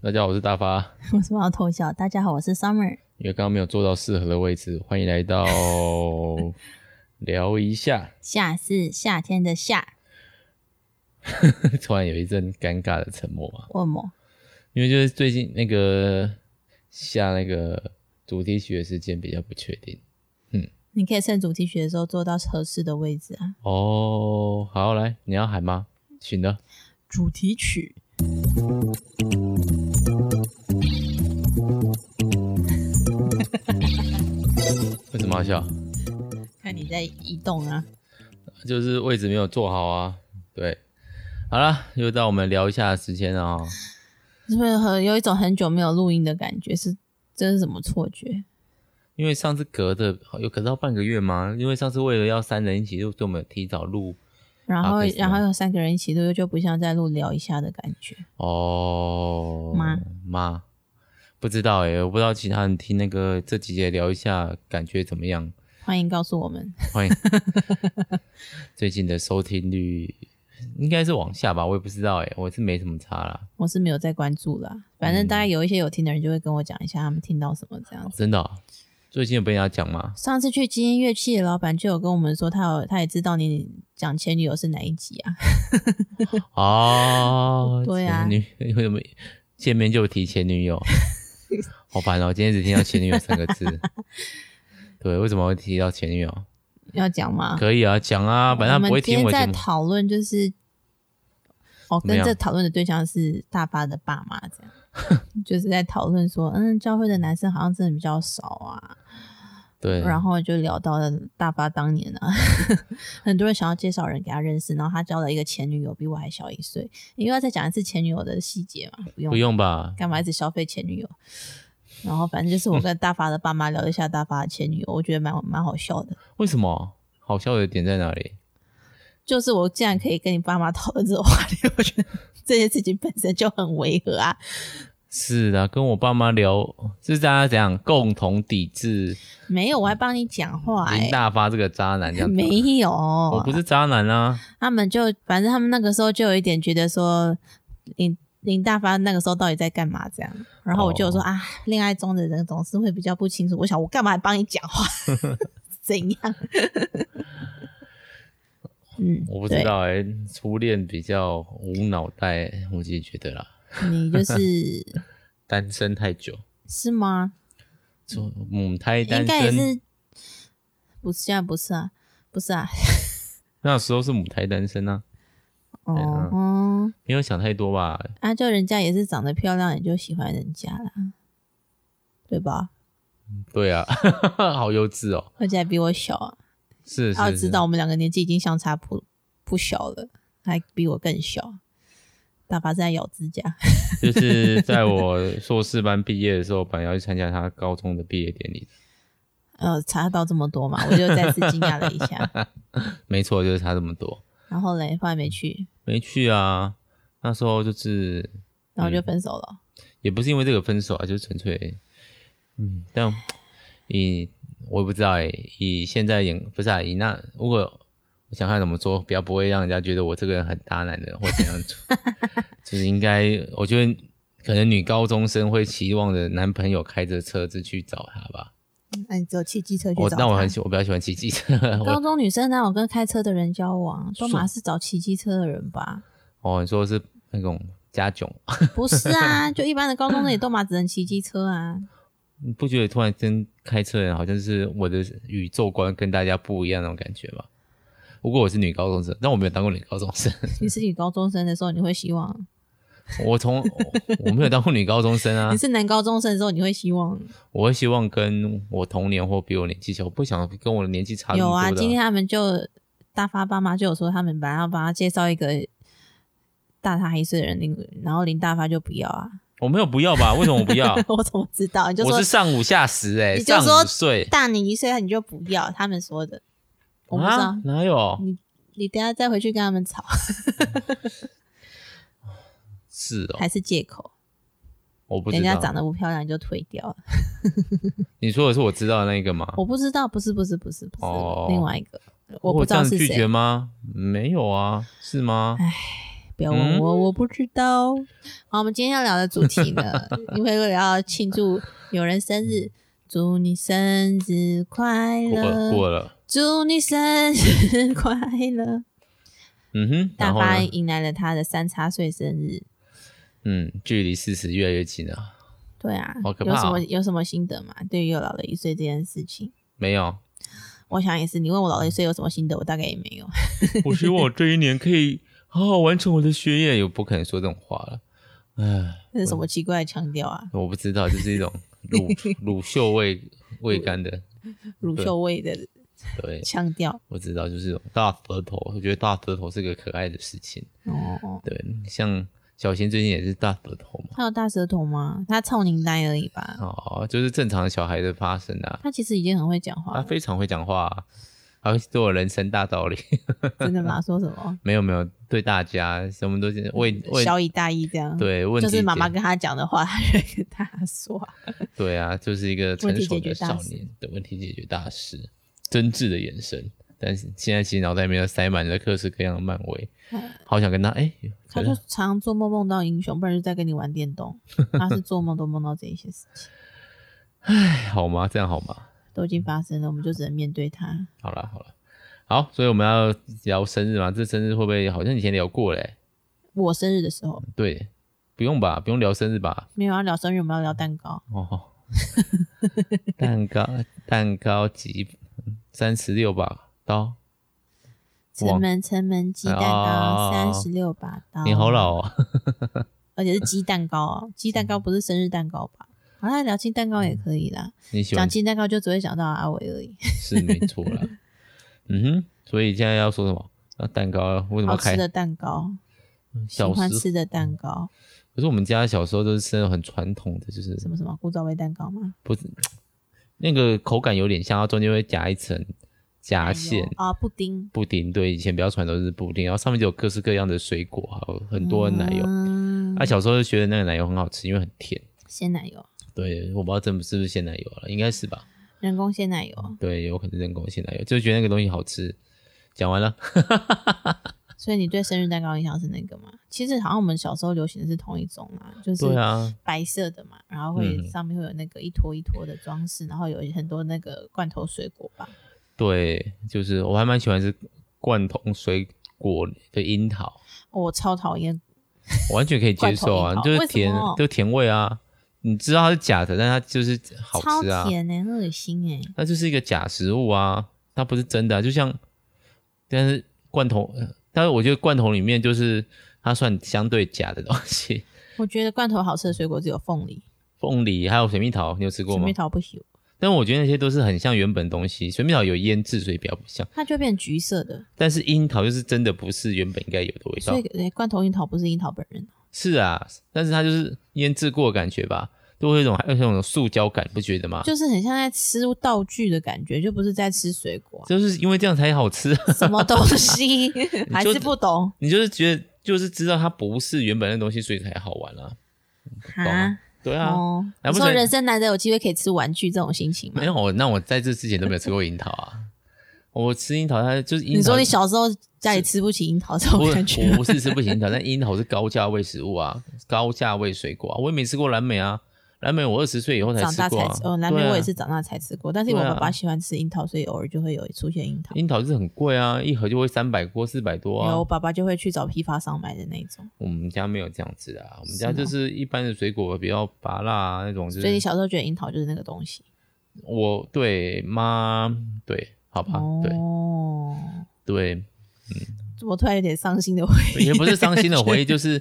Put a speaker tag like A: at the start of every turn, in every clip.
A: 大家好，我是大发。
B: 我是要偷笑。大家好，我是 Summer。
A: 因为刚刚没有坐到适合的位置，欢迎来到聊一下。
B: 夏是夏天的夏，
A: 突然有一阵尴尬的沉默嘛，
B: 问我
A: 因为就是最近那个下那个主题曲的时间比较不确定。
B: 你可以趁主题曲的时候坐到合适的位置啊。
A: 哦，好，来，你要喊吗？行的。
B: 主题曲，
A: 为什么要笑？
B: 看你在移动啊。
A: 就是位置没有坐好啊。对，好啦，又到我们聊一下的时间了哦。
B: 是不是很有一种很久没有录音的感觉？是这是什么错觉？
A: 因为上次隔的有隔到半个月吗？因为上次为了要三人一起录，所以我们提早录
B: 然后，
A: 啊可以是吗
B: 然后有三个人一起录，就不像在录聊一下的感觉。
A: 哦，
B: 妈
A: 妈，不知道哎、我不知道其他人听那个这几节聊一下感觉怎么样？
B: 欢迎告诉我们，
A: 欢迎，最近的收听率应该是往下吧，我也不知道哎、我是没什么差啦，
B: 我是没有在关注啦。反正大概有一些有听的人就会跟我讲一下他们听到什么这样子。
A: 真的哦、最近有被人家讲吗？
B: 上次去基因乐器的老板就有跟我们说，他有他也知道你讲前女友是哪一集啊。
A: 哦，
B: 对啊
A: 前女为什么见面就提前女友？好烦哦！今天只听到前女友三个 字。对，为什么会提到前女友？
B: 要讲吗？
A: 可以啊，讲啊，反正他不会听
B: 我
A: 我
B: 们今
A: 节
B: 天在
A: 目。
B: 讨论就是，哦，
A: 怎么
B: 跟
A: 样
B: 这讨论的对象是大发的爸妈，这样就是在讨论说，嗯，教会的男生好像真的比较少啊。
A: 对，
B: 然后就聊到了大发当年啊， 很多人想要介绍人给他认识，然后他交了一个前女友，比我还小一岁。你又要再讲一次前女友的细节嘛？不用，
A: 不用吧？
B: 干嘛一直消费前女友？然后反正就是我跟大发的爸妈聊了一下大发的前女友，我觉得蛮蛮好笑的。
A: 为什么？好笑的点在哪里？
B: 就是我竟然可以跟你爸妈讨论这种话题， 我觉得这件事情本身就很违和啊。
A: 是啊，跟我爸妈聊，是大家怎样共同抵制
B: 没有，我还帮你讲话、
A: 林
B: 欸，
A: 大发这个渣男这样子。
B: 没有，
A: 我不是渣男啊，
B: 他们就反正他们那个时候就有一点觉得说林林大发那个时候到底在干嘛这样，然后我就有说、
A: 哦
B: 啊，恋爱中的人总是会比较不清楚。我想我干嘛还帮你讲话？ 怎样？嗯，
A: 我不知道哎、初恋比较无脑袋，我自己觉得啦，
B: 对，你就是
A: 单身太久。
B: 是吗？
A: 就母胎单
B: 应该也
A: 身，
B: 是，不是现在不是啊，不是啊，
A: 那时候是母胎单身啊，
B: 哦
A: 对啊
B: 嗯
A: 没有想太多吧？
B: 啊，就人家也是长得漂亮，你就喜欢人家啦，对吧？
A: 对啊， 好幼稚哦，
B: 而且还比我小啊，
A: 是
B: 他
A: 是
B: 知
A: 是，
B: 道我们两个年纪已经相差不不小了，还比我更小。大发在咬指甲，
A: 就是在我硕士班毕业的时候，本来要去参加他高中的毕业典礼，
B: 呃，查到这么多嘛，我就再次惊讶了一 下。
A: 没错，就是差这么多，
B: 然后嘞，后来没去，
A: 没去啊。那时候就是
B: 然后就分手了。
A: 也不是因为这个分手啊，就是纯粹，嗯，但以我也不知道哎、以现在眼不是啊，以那如果我想看怎么做，比较不会让人家觉得我这个人很大男人或怎 样做，就是应该我觉得可能女高中生会期望的男朋友开着车子去找她吧。
B: 那、哎你只有汽机车去
A: 嗯我
B: 找
A: 那我
B: 他
A: 很喜我比较喜欢骑机车，
B: 高
A: 我
B: 中女生哪啊有跟开车的人交往？都
A: 是
B: 马是找骑机车的人吧？
A: 哦，你说是那种家囧，
B: 不是 啊，就一般的高中生也都嘛只能骑机车啊。
A: 你不觉得突然间开车人好像是我的宇宙观跟大家不一样那种感觉吗？不过我是女高中生，但我没有当过女高中生。
B: 你是女高中生的时候，你会希望；
A: 啊我从我没有当过女高中生啊
B: 你，是男高中生的时候，你会希望。
A: 我会希望跟我同年或比我年纪小，我不想跟我的年纪差那
B: 有
A: 么
B: 啊，
A: 多的。
B: 今天他们就大发爸妈就有说，他们本来要帮他介绍一个大他一岁的人，林然后林大发就不要啊。
A: 我没有不要吧？为什么我不要？
B: 我怎么知道？你就
A: 我
B: 说
A: 是上午下十哎、
B: 你就
A: 上
B: 说
A: 午岁
B: 大你一岁啊你就不要，他们说的。我不知道，
A: 啊？哪有？
B: 你等一下再回去跟他们吵，
A: 哦是哦，
B: 还是借口？
A: 我不知
B: 人家长
A: 道。
B: 得不漂亮你就推掉了。
A: 你说的是我知道的那个吗？
B: 我不知道，不是不是不是不是、
A: 哦
B: 另外一个，
A: 我
B: 不
A: 有
B: 知
A: 这
B: 道
A: 样
B: 是
A: 拒
B: 谁哎
A: 绝。吗？没有啊，是吗？
B: 不要问我，我不知道。 好，我们今天要聊的主题呢，因为为了要庆祝有人生日，祝你生日快
A: 嗯过了
B: 乐，
A: 过了，
B: 祝你生日快乐。
A: 嗯哼，
B: 大
A: 然后
B: 发
A: 呢？
B: 迎来了他的三叉岁生日。
A: 嗯，距离四十越来越近了。
B: 对啊，
A: 好可
B: 有
A: 怕
B: 什
A: 哦
B: 么有什么心得吗？对于又老了一岁这件事情，
A: 没有，
B: 我想也是。你问我老了一岁有什么心得，我大概也没有。
A: 我希望我这一年可以好好完成我的学业，也不可能说这种话了。唉，
B: 这是什么奇怪的腔调啊？
A: 我不知道，就是一种 乳乳臭未未干的，
B: 乳臭味的
A: 对，
B: 腔调。
A: 我知道，就是大舌头。我觉得大舌头是个可爱的事情。
B: 哦，
A: 对，像小贤最近也是大舌头嘛，
B: 他有大舌头吗？他臭宁呆而已吧。
A: 哦，就是正常小孩的发生啊，
B: 他其实已经很会讲话
A: 他
B: 了，
A: 非常会讲话、啊，还会对我人生大道理。
B: 真的吗？说什么
A: 没有没有，对大家什么都是为为
B: 小以大义这样？，
A: 对问题
B: 就是妈妈
A: 解
B: 跟他讲的话， 他就跟他说 啊。
A: 对啊，就是一个成
B: 问题
A: 熟
B: 解决
A: 的
B: 大
A: 少
B: 师
A: 年的问题解决大师，真挚的眼神。但是现在其实脑袋里面塞满了各式各样的漫威，好想跟他哎，
B: 嗯他就常常做梦梦到英雄，不然就在跟你玩电 动。他是做梦都梦到这一些事情，
A: 哎好吗？这样好吗？
B: 都已经发生了，我们就只能面对它。
A: 好了好了，好，所以我们要聊生日嘛？这生日会不会好像以前聊过嘞？
B: 我生日的时候
A: 对，不用吧，不用聊生日吧？
B: 没有要聊生日，我们要聊蛋糕。
A: 哦，蛋糕蛋糕几三十六吧刀，哇
B: 城门城门鸡蛋糕，
A: 哦
B: 三十六把刀。
A: 你好，老哦，
B: 而且是鸡蛋糕哦，鸡蛋糕不是生日蛋糕吧？好啦，聊鸡蛋糕也可以啦。
A: 你喜欢
B: 讲鸡蛋糕就只会想到阿伟而已。
A: 是没错啦。 嗯哼，所以现在要说什么？那蛋糕啊为什么
B: 好
A: 要开
B: 吃？的蛋糕，喜
A: 小
B: 欢
A: 时
B: 吃的蛋糕，
A: 可是我们家小时候都是那种很传统的，就是
B: 什么什么古早味蛋糕吗？
A: 不是那个口感有点像，它中间会夹一层夹馅
B: 奶油啊，布丁，
A: 布丁。对，以前比较传统的是布丁，然后上面就有各式各样的水果，还有很多的奶油。
B: 嗯
A: 啊，小时候就觉得那个奶油很好吃，因为很甜。
B: 鲜奶油，
A: 对，我不知道这是不是鲜奶油了，应该是吧？
B: 人工鲜奶油，
A: 对，有可能是人工鲜奶油，就觉得那个东西好吃。讲完了，
B: 所以你对生日蛋糕印象是那个吗？其实好像我们小时候流行的是同一种啊，就是
A: 对啊，
B: 白色的嘛，然后会
A: 嗯
B: 上面会有那个一坨一坨的装饰，然后有很多那个罐头水果吧。
A: 对，就是我还蛮喜欢是罐头水果的樱桃，
B: 哦我超讨厌，
A: 我完全可以接受啊
B: 罐头樱，桃
A: 就是
B: 为什
A: 甜
B: 么，
A: 就甜味啊。你知道它是假的，但它就是好
B: 超
A: 吃啊，
B: 甜呢、很恶心哎、
A: 它就是一个假食物啊，它不是真的啊、就像，但是罐头，呃但是我觉得罐头里面就是它算相对假的东西，
B: 我觉得罐头好吃的水果只有凤梨，
A: 凤梨还有水蜜桃，你有吃过
B: 水
A: 吗
B: 蜜？桃不行，
A: 但我觉得那些都是很像原本东西，水蜜桃有腌制，所以比较不像。
B: 它就变橘色的。
A: 但是樱桃就是真的不是原本应该有的味道
B: 所以。诶罐头樱桃不是樱桃本人，
A: 是啊，但是它就是腌制过的感觉吧，都会有一种还有一种塑胶感，不觉得吗？
B: 就是很像在吃道具的感觉，就不是在吃水果啊、
A: 就是因为这样才好吃，
B: 什么东西还是不懂
A: 你就是觉得就是知道它不是原本那东西，所以才好玩啊。
B: 啊？
A: 对啊，
B: 哦，
A: 难
B: 你
A: 不
B: 说
A: 成
B: 人生难得有机会可以吃玩具这种心情吗
A: 没？有，那我在这之前都没有吃过樱桃啊。 我吃樱桃，它就是樱桃。
B: 你说你小时候家里吃不起樱桃这
A: 我
B: 种感觉
A: 我不是吃不起樱桃，但樱桃是高价位食物啊，高价位水果啊。我也没吃过蓝莓啊，蓝莓我二十岁以后才
B: 长
A: 吃
B: 大
A: 过、
B: 才
A: 啊
B: 吃，。哦，蓝莓
A: 对啊
B: 我也是长大才吃过，但是我
A: 对啊
B: 爸爸喜欢吃樱桃，所以偶尔就会有出现樱桃。
A: 樱桃是很贵啊，一盒就会三百多、四百多
B: 然
A: 啊
B: 后我。爸爸就会去找批发商买的那种，
A: 我们家没有这样子的啊，我们家
B: 是吗
A: 就是一般的水果比较拔辣啊那种，就
B: 所以你
A: 是
B: 小时候觉得樱桃就是那个东西。
A: 我对妈啊对，好吧，
B: 哦，
A: 对
B: 我突然有点伤心的回
A: 对，
B: 忆，
A: 也不是伤心的回忆，就是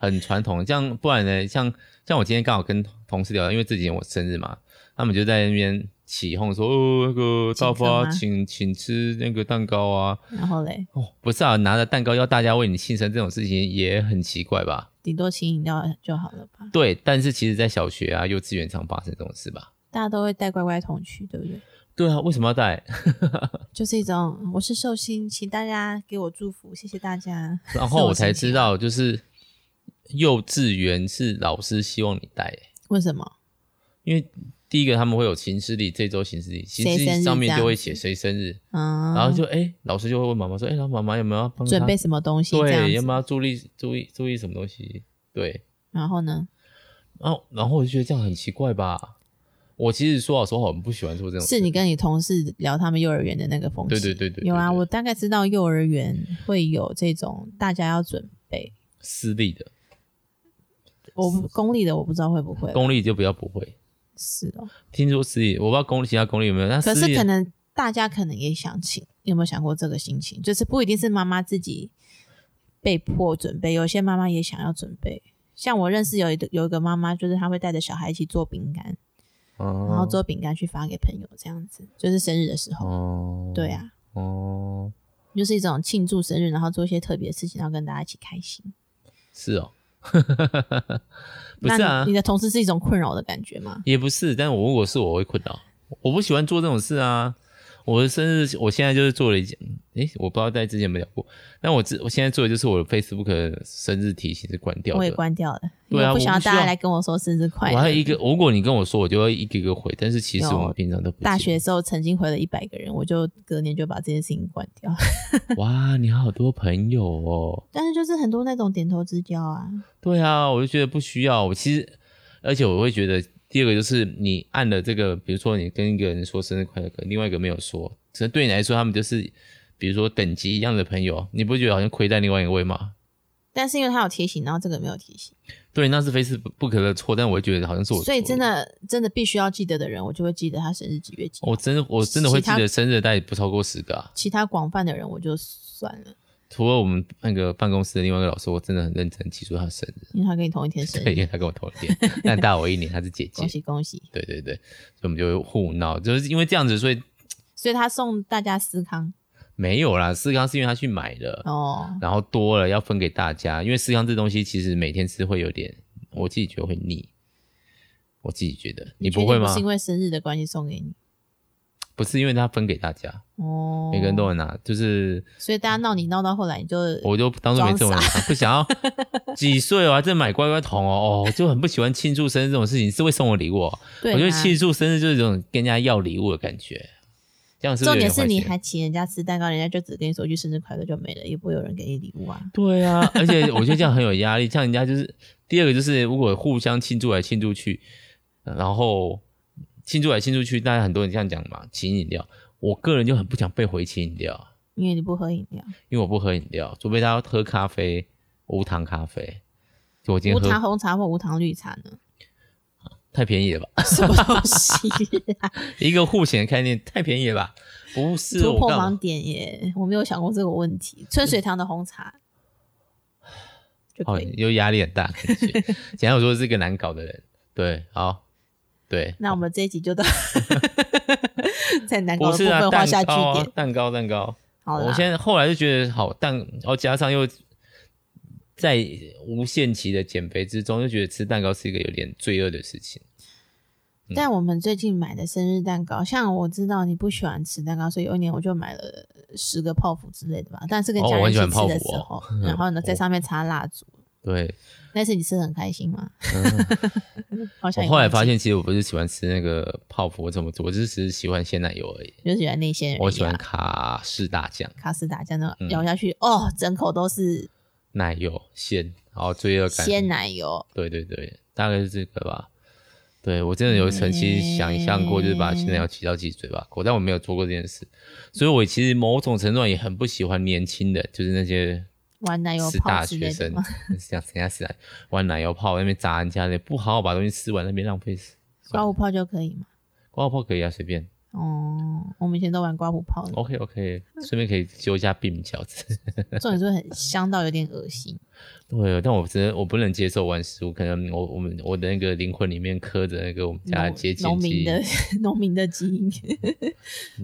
A: 很传统。像不然呢，像像我今天刚好跟同事聊，因为这几天我生日嘛，他们就在那边起哄说，哦，那个
B: 请
A: 大
B: 客
A: 发
B: 吗
A: 请请吃那个蛋糕啊，
B: 然后嘞，
A: 哦，不是啊，拿着蛋糕要大家为你庆生这种事情也很奇怪吧？
B: 顶多请饮料就好了吧？
A: 对，但是其实在小学啊、幼稚园常发生这种事吧。
B: 大家都会带乖乖桶去，对不对？
A: 对啊，为什么要带？
B: 就是一种嗯我是寿星，请大家给我祝福，谢谢大家。
A: 然后我才知道，就是幼稚园是老师希望你带，
B: 为什么？
A: 因为第一个他们会有行事历，这周行事历，行事
B: 谁生
A: 历
B: 日
A: 上面
B: 这
A: 就
B: 样
A: 会写谁生日，
B: 嗯，
A: 然后就哎、老师就会问妈妈说，哎、然后妈妈有没有要帮他
B: 准备什么东西这
A: 对，
B: 样
A: 要
B: 子，
A: 不要注意注意注意什么东西？对，
B: 然后呢，
A: 然后然后我就觉得这样很奇怪吧。我其实说老实话，我们不喜欢做这种事。
B: 是你跟你同事聊他们幼儿园的那个风气，
A: 对对对对对
B: 有啊，
A: 对对
B: 我大概知道幼儿园会有这种大家要准备，
A: 私立的，
B: 我不公立的我不知道会不会
A: 公立就比较不会。
B: 是哦，
A: 听说私立，我不知道公立其他公立有没有，但
B: 可
A: 私
B: 是
A: 立
B: 可能大家可能也想请，你有没有想过这个心情？就是不一定是妈妈自己被迫准备，有些妈妈也想要准备。像我认识有一个有一个妈妈，就是她会带着小孩一起做饼干，然后
A: 哦
B: 做饼干去发给朋友，这样子就是生日的时候。
A: 哦，
B: 对啊，
A: 哦，
B: 就是一种庆祝生日，然后做一些特别的事情，然后跟大家一起开心。
A: 是 哦，不是
B: 那
A: 啊
B: 你，的同事是一种困扰的感觉吗？
A: 也不是，但我如果是我会困扰，我不喜欢做这种事啊。我的生日，我现在就是做了一件，诶，我不知道在之前有没有聊过，但我之我现在做的就是我的 Facebook 的生日提醒是关掉的，
B: 我也关掉了，因
A: 对
B: 为
A: 啊
B: 我不想要
A: 我不需
B: 大家
A: 要
B: 来跟我说生日快
A: 我还有一
B: 乐。
A: 个，如果你跟我说，我就会一个一个回，但是其实
B: 有
A: 我们平常都不
B: 大
A: 记
B: 学的时候曾经回了一百个人，我就隔年就把这件事情关掉。
A: 哇，你好多朋友哦。
B: 但是就是很多那种点头之交啊，
A: 对啊，我就觉得不需要。我其实，而且我会觉得，第二个就是你按了这个，比如说你跟一个人说生日快乐，可能另外一个没有说，只是对你来说，他们就是比如说等级一样的朋友，你不会觉得好像亏待另外一位吗？
B: 但是因为他有提醒，然后这个没有提醒，
A: 对，那是非是不可的错，但我会觉得好像是我错
B: 所以真
A: 了，
B: 的真的必须要记得的人，我就会记得他生日几月几号。
A: 我真的我真的会记
B: 其他
A: 得生日，但也不超过十个啊。
B: 其他广泛的人我就算了，
A: 除了我们那个办公室的另外一个老师，我真的很认真记住他的生日，
B: 因为他跟你同一天生
A: 对，因
B: 日，
A: 为他跟我同一天，但大我一年，他是姐姐
B: 恭。喜恭喜！
A: 对对对，所以我们就会互闹，就是因为这样子，所以
B: 所以他送大家思康
A: 没有啦，思康是因为他去买的，
B: 哦，
A: 然后多了要分给大家，因为思康这东西其实每天吃会有点，我自己觉得会腻，我自己觉得你不
B: 确定
A: 会吗
B: 是？因为生日的关系送给你
A: 不是因为他分给大家，
B: 哦，
A: 每个人都有拿，就是
B: 所以大家闹你闹到后来，你就
A: 我就当做没这种人，啊不想 要几岁我还在买乖乖桶哦，哦，我就很不喜欢庆祝生日这种事情，是会送我礼物、哦，
B: 对
A: 我觉得
B: 啊
A: 庆祝生日就是一种跟人家要礼物的感觉，这样是不
B: 重
A: 是有
B: 点
A: 点
B: 是
A: 坏
B: 你
A: 心
B: 还请人家吃蛋糕，人家就只跟你说一句生日快乐就没了，也不会有人给你礼物啊。
A: 对啊，而且我觉得这样很有压力。像人家就是第二个就是，如果互相庆祝来庆祝去，呃然后庆祝来庆祝去，大家很多人这样讲嘛，请饮料。我个人就很不想被回请饮料，
B: 因为你不喝饮料，
A: 因为我不喝饮料，除非他要喝咖啡，无糖咖啡。就我今
B: 无
A: 天
B: 糖
A: 喝
B: 红茶或无糖绿茶呢？
A: 太便宜了吧？
B: 什么东西？
A: 一个互显的概念太便宜了吧？不 是
B: 突
A: 我
B: 破
A: 干
B: 盲
A: 嘛？
B: 点耶！我没有想过这个问题。春水堂的红茶就
A: 哦
B: 可，以。
A: 又压力很大，感觉。简单我说是个难搞的人，对，好，对，
B: 那我们这一集就到 在难搞
A: 不
B: 的
A: 是
B: 部
A: 啊，
B: 分画
A: 蛋
B: 下句
A: 糕啊
B: 点。
A: 蛋糕，蛋糕。
B: 好
A: 我
B: 啦，
A: 现在后来就觉得好蛋，然后加上又在无限期的减肥之中，就觉得吃蛋糕是一个有点罪恶的事情。
B: 但我们最近买的生日蛋糕，像我知道你不喜欢吃蛋糕，所以有一年我就买了十个泡芙之类的吧。但是跟
A: 哦
B: 家人
A: 我
B: 一
A: 很
B: 起
A: 喜欢
B: 吃的
A: 泡
B: 时
A: 芙
B: 候
A: 哦，
B: 然后呢在上面插蜡烛，
A: 对，
B: 那次你吃的很开心吗？ 好
A: 嗯我
B: 像也
A: 后来
B: 忘记
A: 发，现，其实我不是喜欢吃那个泡芙这么做，我只是喜欢鲜奶油而已。
B: 你就喜欢那些人，
A: 我喜欢卡士大酱、
B: 卡斯达酱那
A: 嗯
B: 种咬下去，哦，整口都是
A: 奶油、鲜，然后罪恶感。
B: 鲜奶油。
A: 对对对，大概是这个吧。对我真的有曾经想象过，就是把
B: 嗯
A: 新人要挤到自己嘴巴口，但我没有做过这件事，所以我其实某种程度上也很不喜欢年轻的，就是那些
B: 玩奶油
A: 是
B: 泡
A: 大
B: 之
A: 学
B: 类的
A: 生
B: 吗？，
A: 像人 家是啊来玩奶油泡，在那边砸人家的，不好好把东西吃完，那边浪费死。
B: 刮胡泡就可以吗？
A: 刮泡泡可以啊，随便
B: 哦，我们以前都玩刮胡泡呢，
A: ，OK OK，顺便可以揪一下鬓角子。
B: 重点是很香到有点恶心。
A: 对，但我真的我不能接受玩食物，可能我我们我的那个灵魂里面刻着那个我们家的
B: 农
A: 阶级
B: 农
A: 基
B: 民的 农民的基因，
A: 因，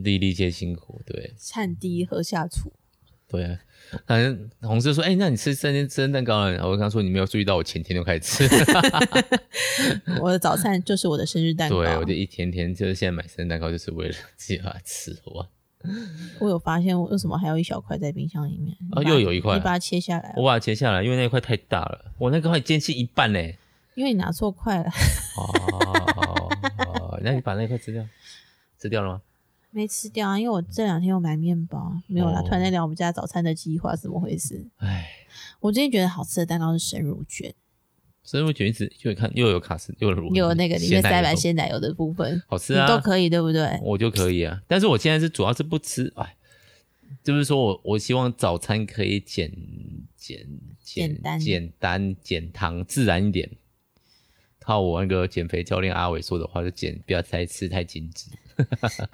A: 粒粒皆辛苦，对。
B: 汗滴禾下土。
A: 对啊，反正同事说：“哎、那你吃生日生日蛋糕了？”啊我跟他说：“你没有注意到，我前天就开始吃。
B: 我的早餐就是我的生日”蛋糕。
A: 对，我就一天天就是现在买生日蛋糕，就是为了自己把它吃完。
B: 我有发现，我为什么还有一小块在冰箱里面？
A: 啊
B: 你把它
A: 又有一块哦
B: 你把它切下来啊，
A: 我把它切下来，因为那块太大了，我那块接近一半呢。
B: 因为你拿错块了。
A: 哦，那你把那块吃掉，吃掉了吗？
B: 没吃掉啊，因为我这两天有买面包，没有啦。
A: 哦
B: 突然在聊我们家早餐的计划，怎么回事？
A: 唉，
B: 我最近觉得好吃的蛋糕是生乳卷，
A: 所以我卷一直就看又有卡斯又有乳
B: 有那个里
A: 咸
B: 面
A: 奶
B: 塞
A: 油
B: 满鲜奶油的部分，
A: 好吃
B: 你
A: 啊，
B: 都可以，对不对？
A: 我就可以啊。但是我现在是主要是不吃，哎，就是说我我希望早餐可以简简
B: 简单
A: 简单减糖自然一点。套我那个减肥教练阿伟说的话，就减不要再吃太精致，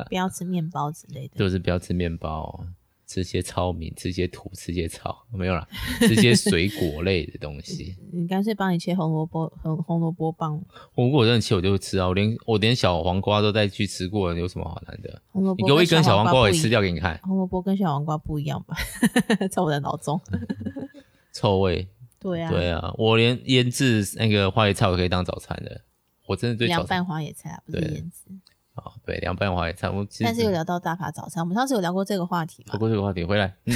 B: 不要吃面包之类的。
A: 就是不要吃面包，哦吃些糙米，吃些土，吃些草，没有啦，吃些水果类的东西。
B: 你干脆帮你切红萝卜，红红萝卜棒，
A: 我如果真的吃，我就会吃啊，我连我连小黄瓜都带去吃过了，有什么好难的？
B: 红萝卜。
A: 你给我一根小黄瓜，我
B: 瓜
A: 也
B: 不一
A: 吃。掉给你看。
B: 红萝卜跟小黄瓜不一样吧？ 在我的脑中。
A: 臭味，
B: 对啊，
A: 对啊，我连腌制那个花椰菜我可以当早餐的，我真的对早
B: 凉
A: 餐
B: 拌花野菜啊，不是
A: 对
B: 腌制。
A: 啊，对凉拌花椰菜，我其实
B: 但是有聊到大法早餐，我们上次有聊过这个话题嘛
A: 不？过这个话题回来，嗯，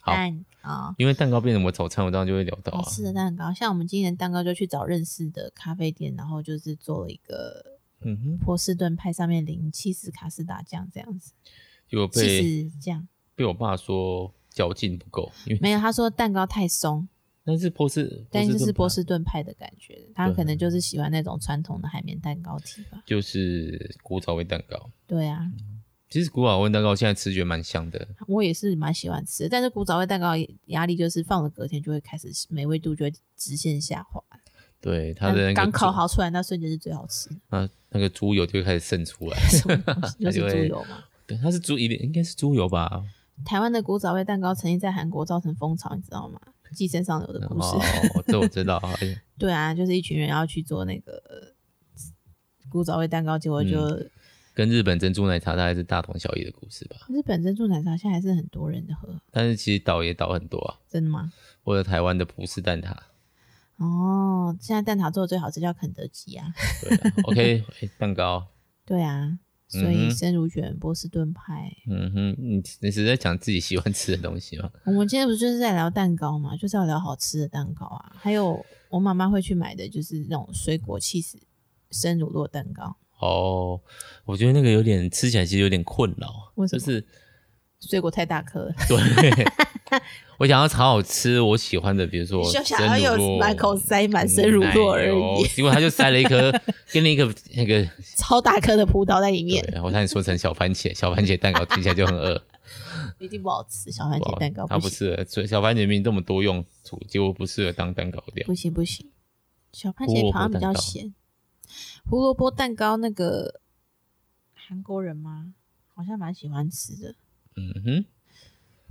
A: 好
B: 蛋啊，
A: 因为蛋糕变成我早餐，我当然就会聊到
B: 好
A: 啊，
B: 吃的蛋糕，像我们今年蛋糕就去找认识的咖啡店，然后就是做了一个
A: 嗯哼，
B: 波士顿派，上面淋气死卡斯达酱这样子，
A: 结果被
B: 气死酱
A: 被我爸说嚼劲不够，因为
B: 没有，他说蛋糕太松，
A: 但是波士，
B: 但是就是波
A: 波士顿派
B: 士顿派的感觉，他
A: 对
B: 可能就是喜欢那种传统的海绵蛋糕体吧。
A: 就是古早味蛋糕，
B: 对啊，
A: 嗯其实古早味蛋糕现在吃觉得蛮香的，
B: 我也是蛮喜欢吃的，但是古早味蛋糕压力就是放了隔天就会开始美味度就会直线下滑，
A: 对它的那个
B: 但刚烤
A: 猪
B: 好出来那瞬间是最好吃的。
A: 啊，那个猪油就会开始渗出来，
B: 什么东西？ 就
A: 它
B: 是
A: 就
B: 猪
A: 会
B: 油嘛。
A: 对，它是猪一定应该是猪油吧，
B: 台湾的古早味蛋糕曾经在韩国造成风潮，你知道吗？寄生上流的故事。
A: 哦，这我知道，哎呀。
B: 对啊，就是一群人要去做那个呃古早味蛋糕，结果就、
A: 嗯跟日本珍珠奶茶大概是大同小异的故事吧。
B: 日本珍珠奶茶现在还是很多人喝，
A: 但是其实倒也倒很多啊，
B: 真的吗？
A: 或者台湾的葡式蛋挞，
B: 哦，现在蛋挞做的最好吃叫肯德基啊。
A: 对啊，OK，哎 蛋糕，
B: 对啊，所
A: 嗯
B: 以
A: 哼
B: 生乳卷、波士顿派。
A: 嗯哼，你你是在讲自己喜欢吃的东西吗？
B: 我们今天不是就是在聊蛋糕嘛，就是要聊好吃的蛋糕啊。还有我妈妈会去买的就是那种水果气死生乳酪蛋糕，
A: 哦，我觉得那个有点吃起来其实有点困扰，
B: 为什
A: 就
B: 么
A: 是
B: 水果太大颗了。
A: 对， 我想要好好吃我喜欢的，比如说
B: 就想
A: 生
B: 要
A: 乳
B: 有
A: 酪
B: 满口塞满生乳酪而
A: 奶油
B: 已，
A: 结果他就塞了一颗，跟了一个那个，
B: 超大颗的葡萄在里面，
A: 对，我差点说成小番茄，小番茄蛋糕听起来就很 饿。
B: 一定不好吃。小番
A: 不
B: 茄
A: 好
B: 蛋糕
A: 它不
B: 行，
A: 适合，所以小番茄面这么多用途，结果不适合当蛋糕料
B: 不。行不行，小番
A: 胡
B: 茄
A: 萝卜
B: 好像比
A: 蛋
B: 较
A: 糕
B: 咸。胡萝卜蛋糕那个韩国人吗？好像蛮喜欢吃的。
A: 嗯哼，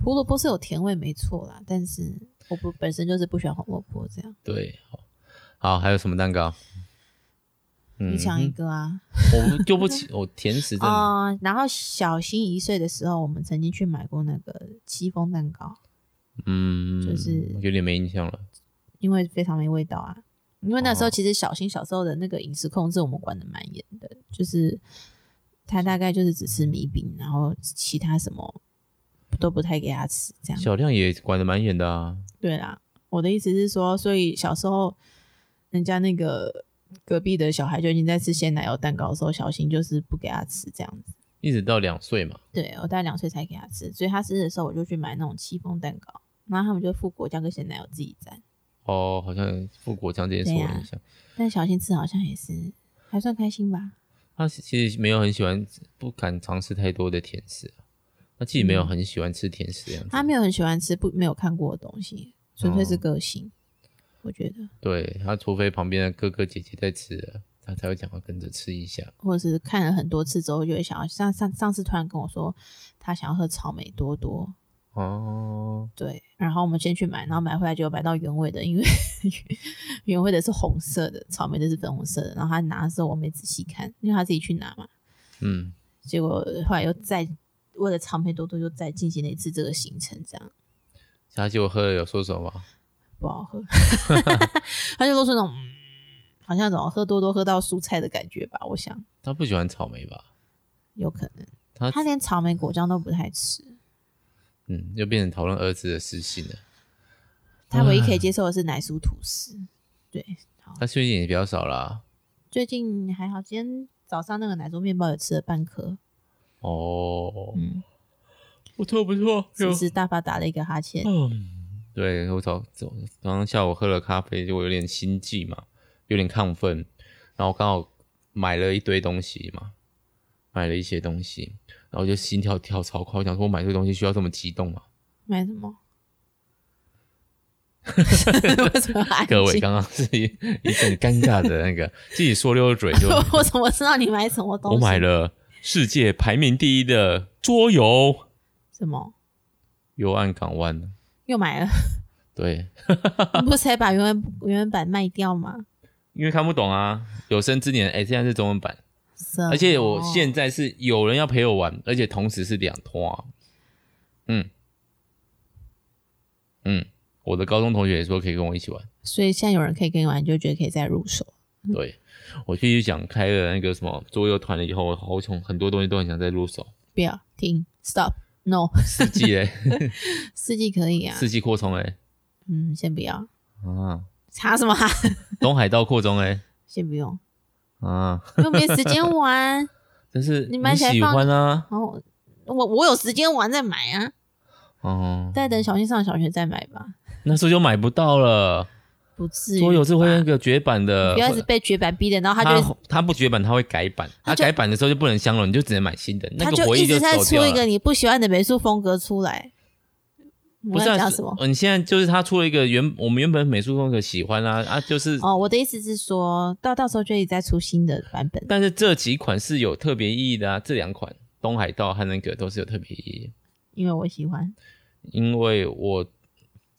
B: 胡萝卜是有甜味没错啦，但是我不本身就是不喜欢胡萝卜这样。
A: 对，好，好，还有什么蛋糕？嗯
B: 你抢一
A: 哼，
B: 个啊
A: 我不就不起，我甜食真的、
B: 啊、然后小新一岁的时候，我们曾经去买过那个戚风蛋糕，
A: 嗯，
B: 就是
A: 有点没印象了。
B: 因为非常没味道啊。因为那时候
A: 哦
B: 其实小新小时候的那个饮食控制，我们管的蛮严的，就是他大概就是只吃米饼，然后其他什么都不太给他吃，这样。
A: 小亮也管得蛮严的啊，
B: 对啦，我的意思是说，所以小时候人家那个隔壁的小孩就已经在吃鲜奶油蛋糕的时候，小新就是不给他吃这样子。
A: 一直到两岁嘛。
B: 对我大概两岁才给他吃，所以他生日的时候我就去买那种戚风蛋糕，然后他们就附果酱跟鲜奶油自己蘸。
A: 哦，好像富国强这件事我
B: 对
A: 有
B: 啊
A: 印象。
B: 但小新吃好像也是还算开心吧。
A: 他其实没有很喜欢，不敢尝试太多的甜食。他自己没有很喜欢吃甜食的样子。
B: 他没有很喜欢吃不没有看过的东西，纯粹是个性。我觉得，
A: 对他，除非旁边的哥哥姐姐在吃了，他才会讲要跟着吃一下。
B: 或者是看了很多次之后，就会想要上上上次突然跟我说他想要喝草莓多多，
A: 哦，
B: 对，然后我们先去买，然后买回来就买到原味的，因为 原味的是红色的，草莓的是粉红色的。然后他拿的时候我没仔细看，因为他自己去拿嘛，
A: 嗯，
B: 结果后来又再为了草莓多多又再进行了一次这个行程，这样
A: 他就喝了有说什么吗？
B: 不好喝，他就露出那种。嗯好像怎么喝多多喝到蔬菜的感觉吧，我想。
A: 他不喜欢草莓吧？
B: 有可能
A: 他
B: 他连草莓果酱都不太吃，
A: 嗯，又变成讨论儿子的私信了。
B: 他唯一可以接受的是奶酥吐司。对，好，
A: 他最近也比较少啦。
B: 最近还好，今天早上那个奶酥面包也吃了半颗，
A: 哦，
B: 嗯，
A: 不错不错，
B: 只
A: 有
B: 是大发打了一个哈欠，
A: 嗯，对我早早刚刚下午喝了咖啡，就我有点心悸嘛，有点亢奋，然后刚好买了一堆东西嘛，买了一些东西，然后就心跳跳超快，我想说我买这个东西需要这么激动吗？
B: 买什么？为什么安静
A: 各位 刚刚是一一阵尴尬的那个，自己说溜嘴 就，
B: 我怎么知道你买什么东西？
A: 我买了世界排名第一的桌游《
B: 什么？
A: 幽暗港湾》，
B: 又买了？
A: 对，
B: 你不是才把原文原文版卖掉吗？
A: 因为看不懂啊，有生之年，哎、现在是中文版。
B: 什么
A: 而且我
B: 哦
A: 现在是有人要陪我玩，而且同时是两通啊。嗯，嗯，我的高中同学也说可以跟我一起玩。
B: 所以现在有人可以跟你玩，你就觉得可以再入手。
A: 对，我继续讲开了那个什么桌游团了以后，我好想很多东西都很想再入手。
B: 不要停，stop no，
A: 四季嘞，
B: 四季可以啊。
A: 四季扩充嘞，
B: 嗯，先不要，
A: 啊，
B: 查什么哈？
A: 东海道扩充嘞，
B: 先不用，
A: 啊，
B: 因为没时间玩。
A: 但是
B: 你买起来
A: 喜
B: 放
A: 欢啊，
B: 然后我我有时间玩再买啊，
A: 哦、
B: 再等小新上小学再买吧。
A: 那时候就买不到了。
B: 不至于吧。
A: 桌游是会那个绝版的，
B: 不要一直
A: 会
B: 被绝版逼的，然后他就
A: 他他不绝版，他会改版。他
B: 他就
A: 改版的时候就不能相容，你就只能买新的。那
B: 他
A: 个回
B: 一
A: 忆
B: 直在
A: 走
B: 出
A: 掉
B: 一个
A: 了。
B: 你不喜欢的美术风格出来。
A: 不
B: 我
A: 是
B: 在
A: 啊
B: 讲什么？
A: 嗯，现在就是他出了一个原我们原本美术风格喜欢啦、啊，就是，
B: 哦，我的意思是说到到时候就一直在出新的版本。
A: 但是这几款是有特别意义的啊，这两款东海道和那个都是有特别意义，
B: 因为我喜欢。
A: 因为我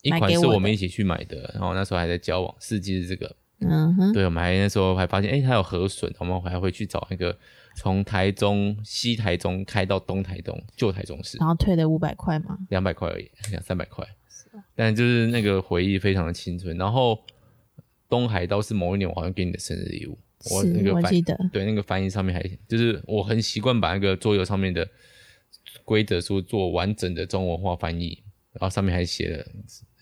A: 一
B: 买
A: 款
B: 给
A: 是
B: 我
A: 我们一起去买的，然后那时候还在交往，四季是这个，
B: 嗯哼，
A: 对，我们还那时候还发现，哎、它有河笋，我们还会去找那个从台中西台中开到东台中旧台中市，
B: 然后退了五百块嘛，
A: 两百块而已， 两三百块。但就是那个回忆非常的青春。然后东海道是某一年我好像给你的生日礼物，我那
B: 是
A: 个
B: 我
A: 翻
B: 记得。
A: 对那个翻译上面还就是我很习惯把那个桌游上面的规则书做完整的中文化翻译，然后上面还写了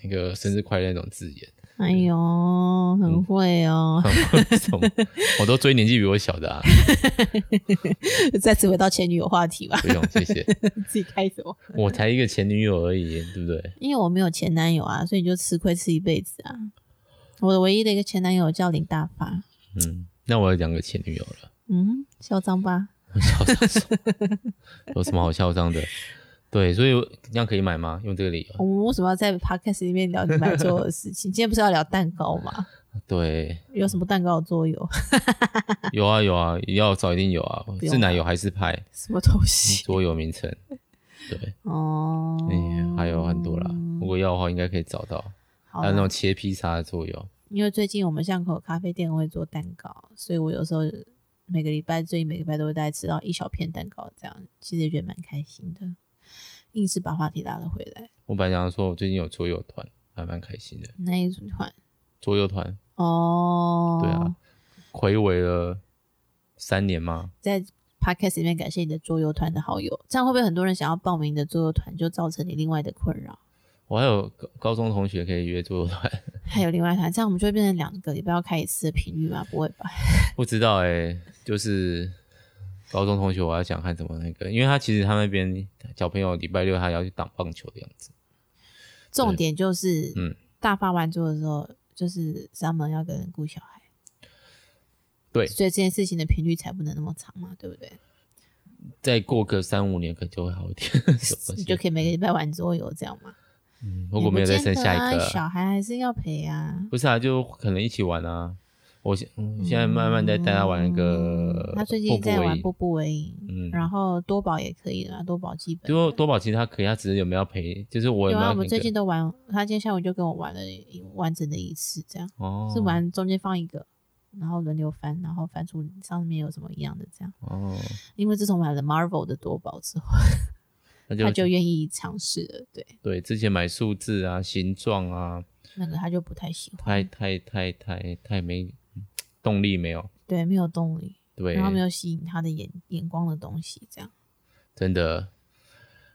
A: 那个生日快乐那种字 眼，
B: 哎呦，
A: 嗯
B: 很会哦！
A: 什么我都追年纪比我小的啊，
B: 再次回到前女友话题吧，
A: 不用谢谢，
B: 自己开什么？
A: 我才一个前女友而已，对不对？
B: 因为我没有前男友啊，所以你就吃亏吃一辈子啊。我的唯一的一个前男友叫林大发，
A: 嗯，那我有两个前女友了。
B: 嗯，嚣张吧？
A: 嚣张什么？有什么好嚣张的？对，所以这样可以买吗？用这个理
B: 我
A: 由？
B: 们为什么要在 podcast 里面聊你买桌游的事情？今 天不是要聊蛋糕吗？
A: 对，
B: 有什么蛋糕的桌游？
A: 有啊有啊，要找一定有啊，
B: 用
A: 是奶油还是 派？
B: 什么东 西？
A: 桌游名称，对，
B: 哦，
A: 嗯，还有很多啦。如果要的话，应该可以找到。
B: 嗯好啊
A: 还有那
B: 啦，
A: 种切披萨的桌游，
B: 因为最近我们巷口咖啡店会做蛋糕，所以我有时候每个礼拜，最近每个礼拜都会大概吃到一小片蛋糕，这样其实也觉得蛮开心的。硬是把话题拉了回来，
A: 我本来想说，我最近有桌游团，还蛮开心的。
B: 那一组团
A: 桌游团，
B: 哦，
A: 对啊，暌违了三年吗？
B: 在 podcast 里面感谢你的桌游团的好友，这样会不会很多人想要报名的桌游团就造成你另外的困扰？
A: 我还有高高中同学可以约桌游团，
B: 还有另外一团，这样我们就会变成两个礼拜要开一次的频率吗？不会吧？
A: 不知道哎、就是高中同学，我还想看什么那个，因为他其实他那边小朋友礼拜六他要去打棒球的样子，
B: 重点就是，
A: 嗯
B: 大发完桌的时候，就是三门要跟人顾小孩，
A: 对
B: 所以这件事情的频率才不能那么长嘛，对不对？
A: 再过个三五年可能就会好一 点。什么东
B: 你
A: 西
B: 就可以每个礼拜玩桌游这样嘛。
A: 如果没有再生下一
B: 也不见
A: 个
B: 得啊
A: 啊，
B: 小孩还是要陪啊。
A: 不是啊，就可能一起玩啊。我现嗯现在慢慢在带他玩那个
B: 嗯他最
A: 步
B: 近
A: 步
B: 在
A: 为
B: 玩
A: 营
B: 步步为营，
A: 嗯，
B: 然后多宝也可以啦，多宝基本。
A: 多多宝其实他可以，他只是有没有陪，就是我
B: 有
A: 没有那
B: 啊，我
A: 个
B: 们最近都玩，他今天下午就跟我玩了一完整的一次，这样、
A: 哦
B: 是玩中间放一个，然后轮流翻，然后翻出上面有什么一样的这样。
A: 哦，
B: 因为自从买了 Marvel 的夺宝之后，
A: 那
B: 他
A: 就
B: 就愿意尝试了。对，
A: 对之前买数字啊、形状啊，
B: 那个他就不太喜欢，
A: 太太太太太没动力没有。
B: 对，没有动力，
A: 对，
B: 然后没有吸引他的眼眼光的东西，这样。
A: 真的，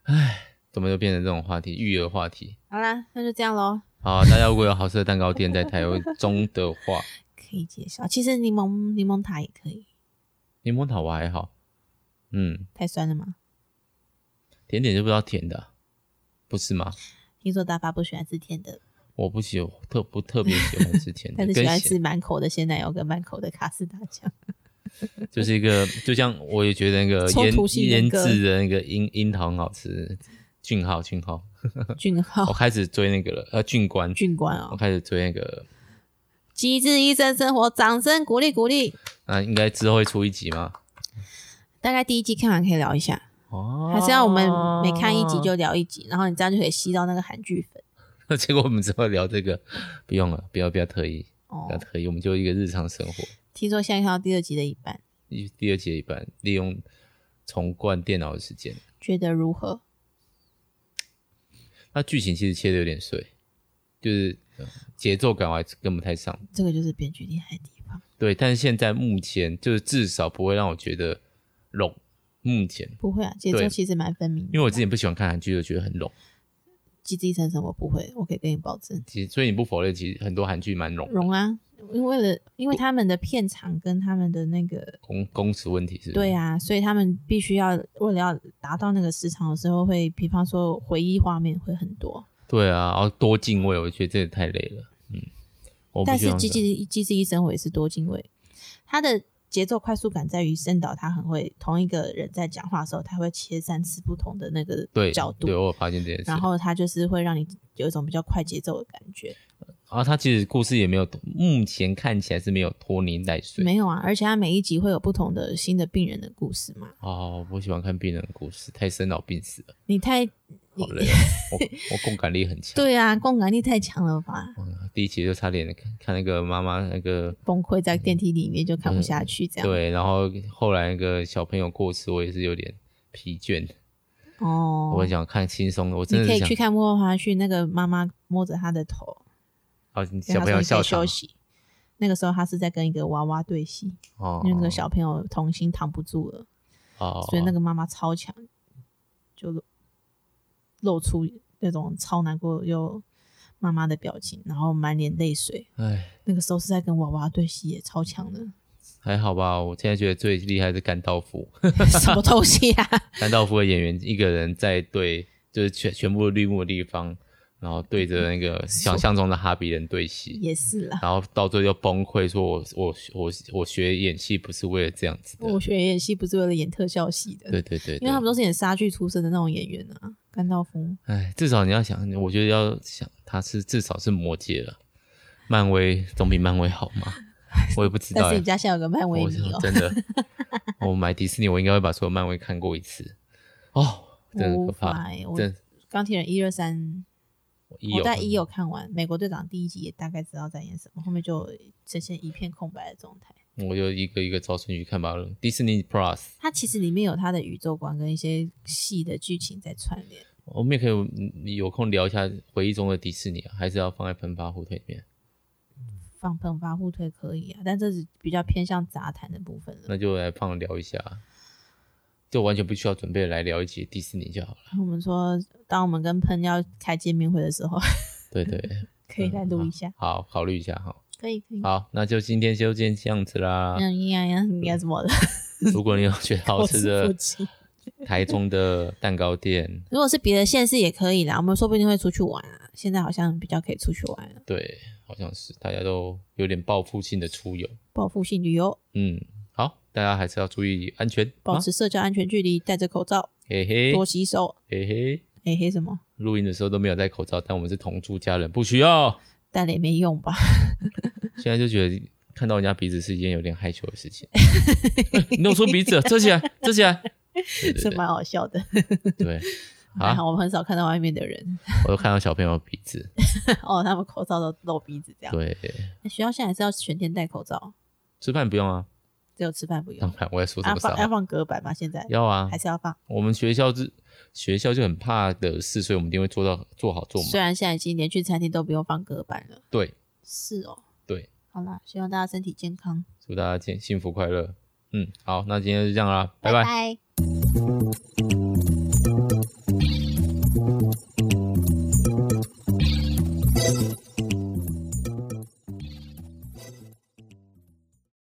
A: 唉，怎么又变成这种话题？育儿话题。
B: 好啦，那就这样喽，
A: 好啊，大家如果有好吃的蛋糕 店在台中的话，
B: 可以介绍。其实柠檬柠檬塔也可以，
A: 柠檬塔我还好，嗯，
B: 太酸了吗？
A: 甜点就不知道甜的，不是吗？
B: 听说大发不喜欢吃甜的，
A: 我不喜特不特别喜欢吃 甜的，
B: 但是
A: 跟
B: 喜欢
A: 咸
B: 吃满口的鲜奶油跟满口的卡斯达酱。
A: 就是一个，就像我也觉得那个
B: 冲
A: 腌
B: 突性人
A: 腌
B: 格
A: 制的那个樱樱桃很好吃，俊浩俊浩，
B: 俊
A: 我
B: 浩、
A: 开始追那个了，呃，俊官，
B: 哦俊官
A: 我
B: 哦，
A: 开始追那个，
B: 机智医生生活，掌声鼓励鼓励。
A: 那、应该之后会出一集吗？
B: 大概第一季看完可以聊一下，
A: 哦，
B: 还是要我们每看一集就聊一集，然后你这样就可以吸到那个韩剧 粉
A: 结果我们之后聊这个，不用了，不要不要特意，
B: 哦
A: 不要。特意，我们就一个日常生活。
B: 听说现在看到第二集的一半，
A: 一第二节一半，利用重灌电脑的时间，
B: 觉得如何？
A: 那剧情其实切的有点碎，就是呃节奏感我还跟不太上。
B: 这个就是编剧厉害的地方，
A: 对，但是现在目前就是至少不会让我觉得冗。目前，
B: 不会啊，节奏
A: 对
B: 其实蛮分明的。
A: 因为我之前不喜欢看韩剧，就觉得很冗。
B: 机智医生生活不会，我可以跟你保证，
A: 其实，所以你不否认，其实很多韩剧蛮冗的。
B: 容啊，因为了因为他们的片场跟他们的那个
A: 工工时问题是不是？
B: 对啊，所以他们必须要为了要达到那个时长的时候会，比方说回忆画面会很多，
A: 对啊，然后多敬畏，我觉得这也太累了。嗯，我不
B: 但
A: 喜
B: 是
A: 欢
B: 《机
A: 这样
B: 智机智医生》我也是多敬畏，他的节奏快速感在于深导他很会同一个人在讲话的时候，他会切三次不同的那个
A: 对
B: 角度
A: 对，，我有发现这件事。
B: 然后他就是会让你有一种比较快节奏的感觉。
A: 然后它啊其实故事也没有，目前看起来是没有拖泥带水。
B: 没有啊，而且他每一集会有不同的新的病人的故事嘛。
A: 哦，我不喜欢看病人的故事，太生老病死 了，
B: 你太
A: 好累、哦。我我共感力很强，
B: 对啊，共感力太强了吧？
A: 第一集就差点看看那个妈妈那个
B: 崩溃在电梯里面就看不下去，这
A: 嗯
B: 样、
A: 对，然后后来那个小朋友过世，我也是有点疲倦，
B: 哦。
A: 我想看轻松的，我真
B: 你
A: 的
B: 可
A: 是
B: 以
A: 想
B: 去看幕后花絮，那个妈妈摸着他的头，
A: 哦，
B: 跟
A: 小朋
B: 他说
A: 友
B: 你可
A: 笑
B: 以休
A: 场
B: 息。那个时候他是在跟一个娃娃对戏，
A: 哦，
B: 因为那个小朋友童心扛不住了，
A: 哦，
B: 所以那个妈妈超强，就露出那种超难过又妈妈的表情，然后满脸泪水。
A: 哎
B: 那个时候是在跟娃娃对戏，也超强 的，
A: 还好吧，我现在觉得最厉害是甘道夫，
B: 什么东西啊？
A: 甘道夫的演员一个人在对就是全全部绿幕的地方，然后对着那个想象中的哈比人对戏，
B: 也是啦，
A: 然后到最后就崩溃，说我我我我学演戏不是为了这样子的，
B: 我学演戏不是为了演特效戏的，
A: 啊对对对
B: 因
A: 对
B: 为他，们都是演莎剧出身的那种演员啊，甘道夫。
A: 哎，至少你要想，我觉得要想他是至少是魔界了，漫威总比漫威好 吗？我也不知道
B: 但是
A: 哎
B: 你、家现在有个漫威
A: 我
B: 迷哦，
A: 真 的，我买迪士尼，我应该会把所有漫威看过一次哦，真的
B: 我无
A: 可怕
B: 法，欸我
A: 真
B: 钢铁人一二三，
A: 一
B: 我
A: 有
B: 在一有看完，美国队长第一集也大概知道在演什么，后面就呈现一片空白的状态。
A: 我就一个一个照顺序看吧。迪士尼 Plus，
B: 它其实里面有它的宇宙观跟一些戏的剧情在串联，
A: 我们也可以嗯有空聊一下回忆中的迪士尼、啊，还是要放在喷发火腿里面。
B: 放喷发互推可以啊，但这是比较偏向杂谈的部分了。
A: 那就来放聊一下，就完全不需要准备来聊一集迪士尼就好了。
B: 我们说，当我们跟喷要开见面会的时候，
A: 对对，对
B: 可以来录一下，
A: 嗯 好，考虑一下哈。
B: 可以可以。
A: 好，那就今天就先这样子啦。
B: 那应该应该怎么了？
A: 如果你有 觉得好吃
B: 我是腹
A: 的
B: 肌
A: 台中的蛋糕店，
B: 如果是别的县市也可以啦，我们说不定会出去玩啊。现在好像比较可以出去玩了，
A: 对，好像是大家都有点报复性的出游。
B: 报复性旅游，
A: 嗯，好，大家还是要注意安全，
B: 保
A: 啊
B: 持社交安全距离，戴着口罩，
A: 嘿嘿
B: 多洗手。
A: 嘿嘿。
B: 嘿嘿，什么
A: 录音的时候都没有戴口罩，但我们是同住家人，不需 要。
B: 戴了也没用吧？
A: 现在就觉得看到人家鼻子是一件有点害羞的事 情。你弄出鼻子了，遮起来，遮起来。对
B: 是
A: 对
B: 蛮好笑的。
A: 对，对
B: 还
A: 啊，
B: 好我们很少看到外面的人
A: 我都看到小朋友鼻子。
B: 哦，他们口罩都露鼻子这样。
A: 对，
B: 学校现在还是要全天戴口罩，
A: 吃饭不用啊，
B: 只有吃饭不
A: 当
B: 用。
A: 然我在说什
B: 啊，
A: 么
B: 放要
A: 傻话？
B: 放隔板吗？现在
A: 要啊
B: 还，是要放？
A: 我们学校是学校就很怕的事，所以我们一定会做到做好做
B: 虽
A: 满。
B: 然现在已经连去餐厅都不用放隔板了。
A: 对
B: 是哦，
A: 对，
B: 好啦，希望大家身体健康，
A: 祝大家健幸福快乐。嗯，好，那今天就这样啦，拜拜
B: 拜